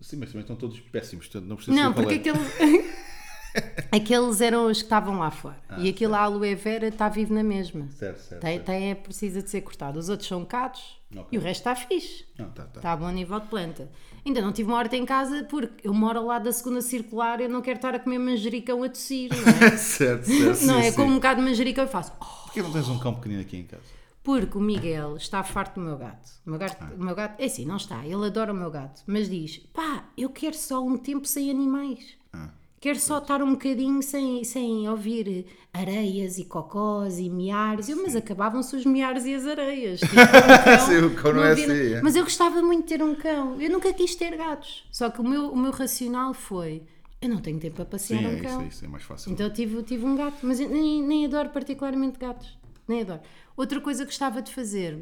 Sim, mas também estão todos péssimos, portanto não precisa
Não,
saber
porque
qual é.
aquele... aqueles eram os que estavam lá fora. e aquele aloe vera está vivo na mesma.
Ah, Certo, certo,
Tem,
certo.
tem- é, precisa de ser cortado. Os outros são cados
Ok.
e o resto está fixe.
Não, tá, tá.
Está a bom nível de planta. Ainda não tive uma horta em casa porque eu moro ao lado da segunda circular eu não quero estar a comer manjericão a tossir. Não é?
certo, certo.
não
sim,
é
sim.
com um bocado de manjericão e faço. "Oh",
Porquê não tens um cão pequenino aqui em casa?
porque o Miguel está farto do meu gato. O meu gato, o meu gato é assim, não está, ele adora o meu gato, mas diz: pá, eu quero só um tempo sem animais.
Ah.
Quero só estar um bocadinho sem, sem ouvir areias e cocós e miares. Eu, mas acabavam-se os miares e as areias. Tipo, um cão,
Sim, o cão não é
havia-
assim, é.
Mas eu gostava muito de ter um cão. Eu nunca quis ter gatos. Só que o meu, o meu racional foi: eu não tenho tempo para passear
Sim,
um
é isso,
cão.
é isso, é mais fácil.
Então eu tive, tive um gato, mas eu nem, nem adoro particularmente gatos. Nem adoro. Outra coisa que gostava de fazer: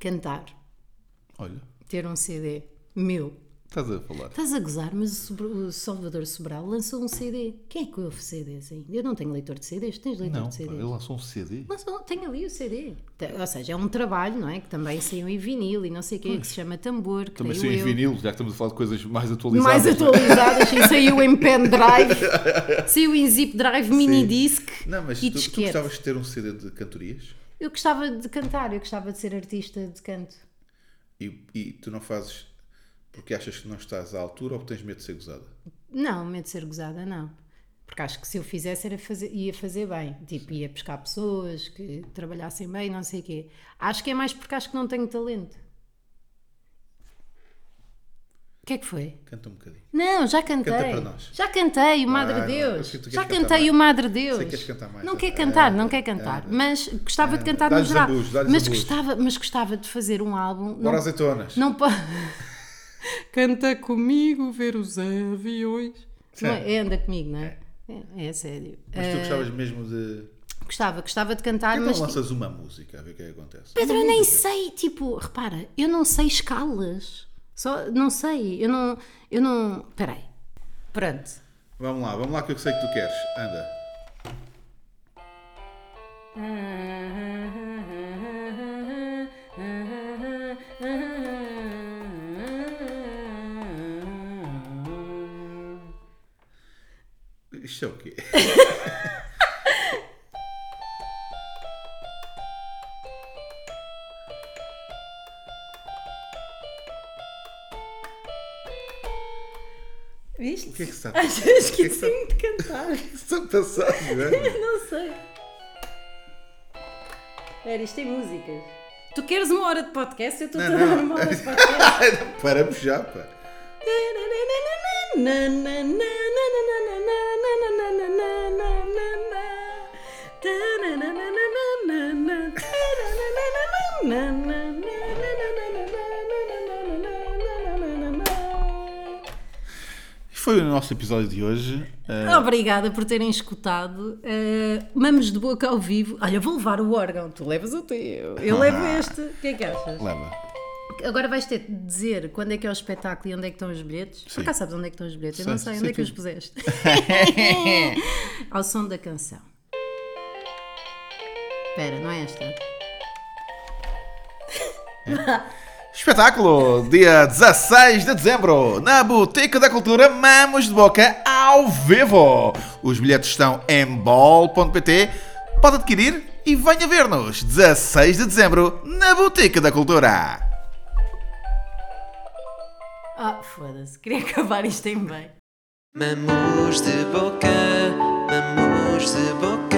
cantar.
Olha,
Ter um CD meu.
estás a falar.
Estás a gozar, mas o, Sobre- o Salvador Sobral lançou um CD. Quem é que ouve CDs ainda? Eu não tenho leitor de CDs. Tens leitor
Não,
de
pá,
CDs?
ele lançou um CD.
Lançou, tenho ali o CD. Te- Ou seja, é um trabalho, não é? Que também saiu em vinil e não sei o que, que se chama tambor. que
Também
creio
saiu em
eu.
vinil, já que estamos a falar de coisas mais atualizadas.
Mais atualizadas, e saiu em pendrive, saiu em zip drive, mini disc
Não, mas
e
tu, tu
disquete.
gostavas de ter um CD de cantorias
Eu gostava de cantar, eu gostava de ser artista de canto.
e, e tu não fazes porque achas que não estás à altura ou porque tens medo de ser gozada?
Não, medo de ser gozada, não. Porque acho que se eu fizesse era fazer, ia fazer bem. Tipo, ia buscar pessoas que trabalhassem bem, não sei o quê. Acho que é mais porque acho que não tenho talento. que é que foi?
Canta um bocadinho.
Não, já cantei.
Canta para nós. Ah,
Já cantei o Madre
não, eu
Deus.
sei que tu
Já
queres cantar
cantei
mais.
o Madre Deus.
Sei que queres cantar mais.
Não quer
É,
cantar,
é,
não quer
é,
cantar.
é.
Mas gostava de cantar no
Dá-lhes
geral.
abuso, dá-lhes
mas,
abuso.
gostava, mas gostava de fazer um álbum.
Bora
não-
azeitonas.
Não pode. Canta comigo, ver os aviões. Não é? É, anda comigo, não é? É, é sério.
Mas
Ah,
tu gostavas mesmo de.
gostava, gostava de cantar,
Então
mas. tipo,
lanças uma música a ver o que é que acontece.
Pedro, eu nem sei, tipo, repara, eu não sei escalas. Só, não sei, eu não. Eu não. Peraí. Pronto.
Vamos lá, vamos lá que eu sei que tu queres. Anda. Isto é o quê?
Viste?
O que é que se está a
Às vezes que sim de cantar.
está a passar, Joana?
Não sei. Espera, isto tem músicas. Tu queres uma hora de podcast? Eu estou toda
não.
uma hora de podcast.
é?
Paramos já, pá.
Foi o nosso episódio de hoje. Eh,
Obrigada por terem escutado. eh, Mamos de boca ao vivo. Olha, eu vou levar o órgão. Tu levas o teu. Eu levo este. O que é que achas?
leva.
Agora vais ter de dizer quando é que é o espetáculo e onde é que estão os bilhetes. Por acaso sabes onde é que estão os bilhetes? eu não sei.
Sei, sei
Onde é que os
tudo.
puseste? ao som da canção. Espera, não é esta?
Espetáculo, dia 16 de dezembro, na Boteca da Cultura Mamos de Boca ao vivo. Os bilhetes estão em bol.pt, pode adquirir e venha ver-nos 16 de dezembro na Boteca da Cultura.
Ah, foda-se. Queria acabar isto em bem.
Mamus de boca, mamus de boca,